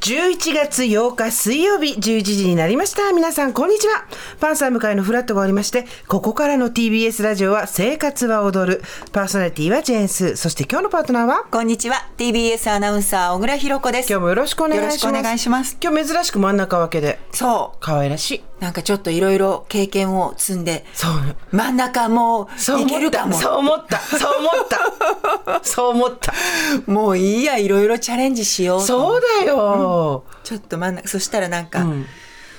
11月8日水曜日11時になりました。皆さん、こんにちは。パンサー向かいのフラットがありまして、ここからの TBS ラジオは生活は踊る。パーソナリティはジェーンスー。そして今日のパートナーはこんにちは TBS アナウンサー小倉弘子です今日もよろしくお願いします。よろしくお願いします今日珍しく真ん中分けで、そう可愛らしい。なんかちょっといろいろ経験を積んでそう。真ん中もそうい思けっるかた。もそう思った。そう思った。そう思った。もういいやいろいろチャレンジしようそうだよ。ちょっと真ん中そしたらなんか、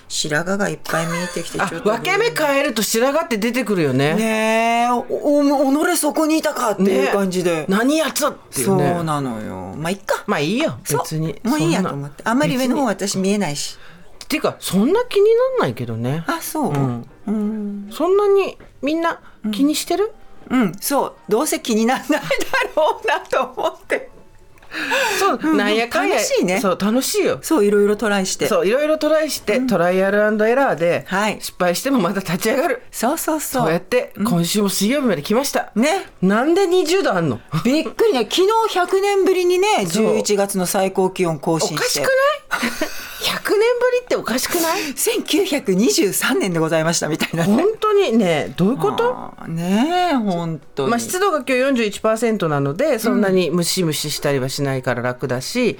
白髪がいっぱい見えてきてちょあ、っと分け目変えると白髪って出てくるよね。ねえおおおのれそこにいたかっていう感じで、何やつっていうそうね。なのよまあいっかまあいいよそう別にもういいそやんなと思ってあんまり上の方私見えないしていうかそんな気になんないけどねあそううん、うんそんなにみんな気にしてる、そうどうせ気にならないだろうなと思ってそう、なんやかんや楽しいねそう楽しいよそういろいろトライしてそういろいろトライして、トライアルエラーで、はい失敗してもまた立ち上がるそうそうそうそうやって今週も水曜日まで来ました、ねなんで20度あんのびっくりね昨日100年ぶりにね そう11月の最高気温更お新かししくてない 100年ぶりっておかしくない 1923年でございましたみたいな本当にねどういうことあーねえ本当に、まあ、湿度が今日41%なのでそんなにムシムシしたりはしないから楽だし、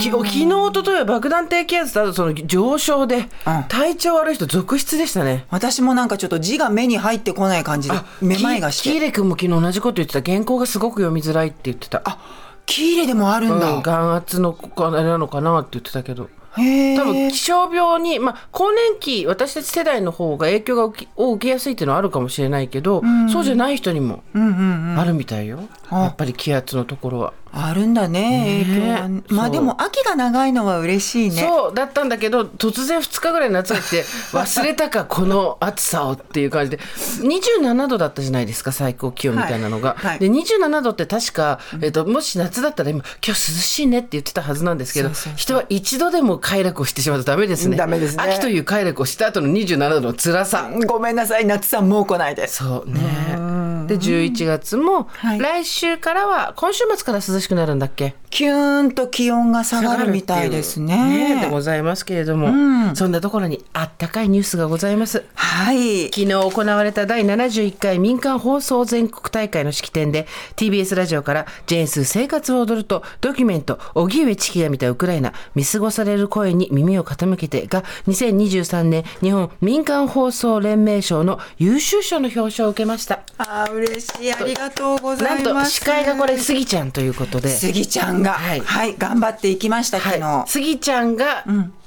き昨日一昨日は爆弾低気圧とあとその上昇で体調悪い人続出でしたね。私もなんかちょっと字が目に入ってこない感じでめまいがしキキーてレ君も昨日同じこと言ってた原稿がすごく読みづらいって言ってたあキーレでもあるうんだ、ん、眼圧のあれなのかなって言ってたけどへえ多分気象病に、まあ、更年期私たち世代の方が影響が受けを受けやすいっていうのはあるかもしれないけど、そうじゃない人にもあるみたいよ、やっぱり気圧のところは。あるんだねねえ影響がまあそうでも秋が長いのは嬉しいねそうだったんだけど突然2日ぐらい夏が来 て忘れたかこの暑さをっていう感じで27度だったじゃないですか最高気温みたいなのが、はいはいで27度って確か、えっともし夏だったら今今日涼しいねって言ってたはずなんですけどそうそうそう人は一度でも快楽をしてしまうとダメですねダメですね秋という快楽をした後の27度の辛さごめんなさい夏さんもう来ないですそうねで11月も、はい来週からは今週末から涼しくなるんだっけキューンと気温が下がるみたいですねねでございますけれども、んそんなところにあったかいニュースがございます。はい昨日行われた第71回民間放送全国大会の式典で TBS ラジオから「ジェーンス生活を踊る」とドキュメント「荻上チキが見たウクライナ見過ごされる声に耳を傾けて」が2023年日本民間放送連盟賞の優秀賞の表彰を受けましたあー嬉しいありがとうござないんますと司会がこれスギちゃんということで杉ちゃんがははいい、頑張っていきました昨日、はい、スギちゃんが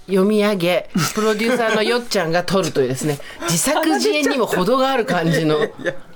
読み上 げ、プロデューサーのよっちゃんが撮るというですね自作自演にも程がある感じの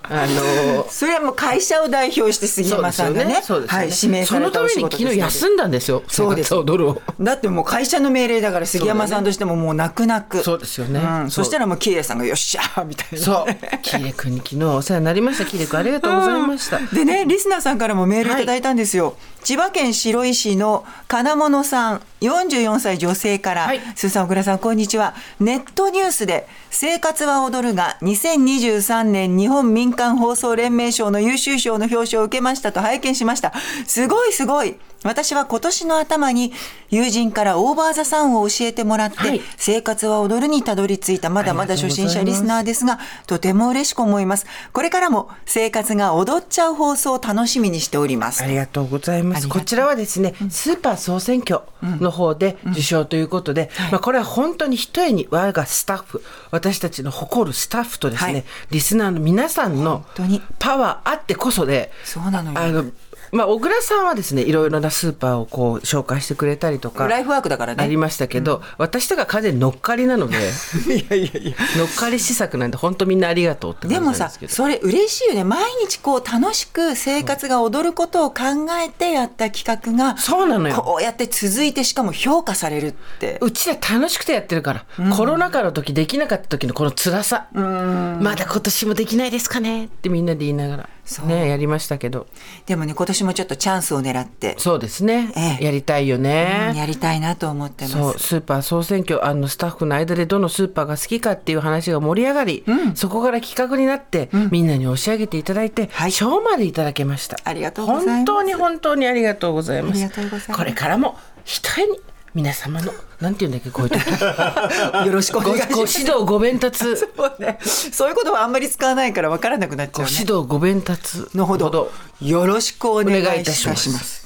あのそれはもう会社を代表して杉山さんがねそうですよはい、指名そさのれたたおめ仕に事昨です日休んだんですよ。そうです生活をドルを。だってもう会社の命令だから杉山さんとしてももう泣く泣くそうですよねんそそうしたらもう喜入さんが「よっしゃー」みたいなそう。キレ君に昨日お世話になりました。キレ君ありがとうございました。でねリスナーさんからもメールいただいたんですよ、千葉県白井市の金物さん44歳女性から、はいスーさん小倉さんこんにちはネットニュースで「生活は踊る」が2023年日本民間放送連盟賞の優秀賞の表彰を受けましたと拝見しましたすごいすごい私は今年の頭に友人からオーバーザさんを教えてもらって、はい生活は踊るにたどり着いたまだまだ初心者リスナーですが、とても嬉しく思います。これからも生活が踊っちゃう放送を楽しみにしておりますあ。りがとうございまありす。がとこうちらはですね、スーパー総選挙の方で受賞ということで、まあこれは本当に一重に我がスタッフ、私たちの誇るスタッフとですね、はいリスナーの皆さんの当にパワーあってこそで、そうなのよあの、まあ小倉さんはですね、いろいろなスーパーをこう紹介してくれたりとか、ライフワークだからね。ありましたけど、私とか完全に乗っかりなので いやいやいや。乗っかり施策なんで本当みんなありがとうって感じでなもんでさ、すけどそれ嬉しいよね。毎日こう楽しく生活が踊ることを考えてやった企画が、そうなのよこうやって続いてしかも評価されるって。うちら楽しくてやってるから、コロナ禍の時できなかった時のこの辛さ、まだ今年もできないですかねってみんなで言いながらそうねやりましたけどでもね、今年もちょっとチャンスを狙って、そうですね、ええやりたいよねうん、やりたいなと思ってます。そうスーパー総選挙あのスタッフの間でどのスーパーが好きかっていう話が盛り上がり、そこから企画になって、みんなに押し上げていただいて、はい賞までいただけましたありがとうございます本当に本当にありがとうございますありがとうございますこれからも一重に皆様のなんて言うんだっけこういう 時よろしくおご願いしごま指す。導ご鞭達そうねそういうことはあんまり使わないから分からなくなっちごゃう指ね。導ご鞭達のほどよろしくお願いいお願いいたたししまますす。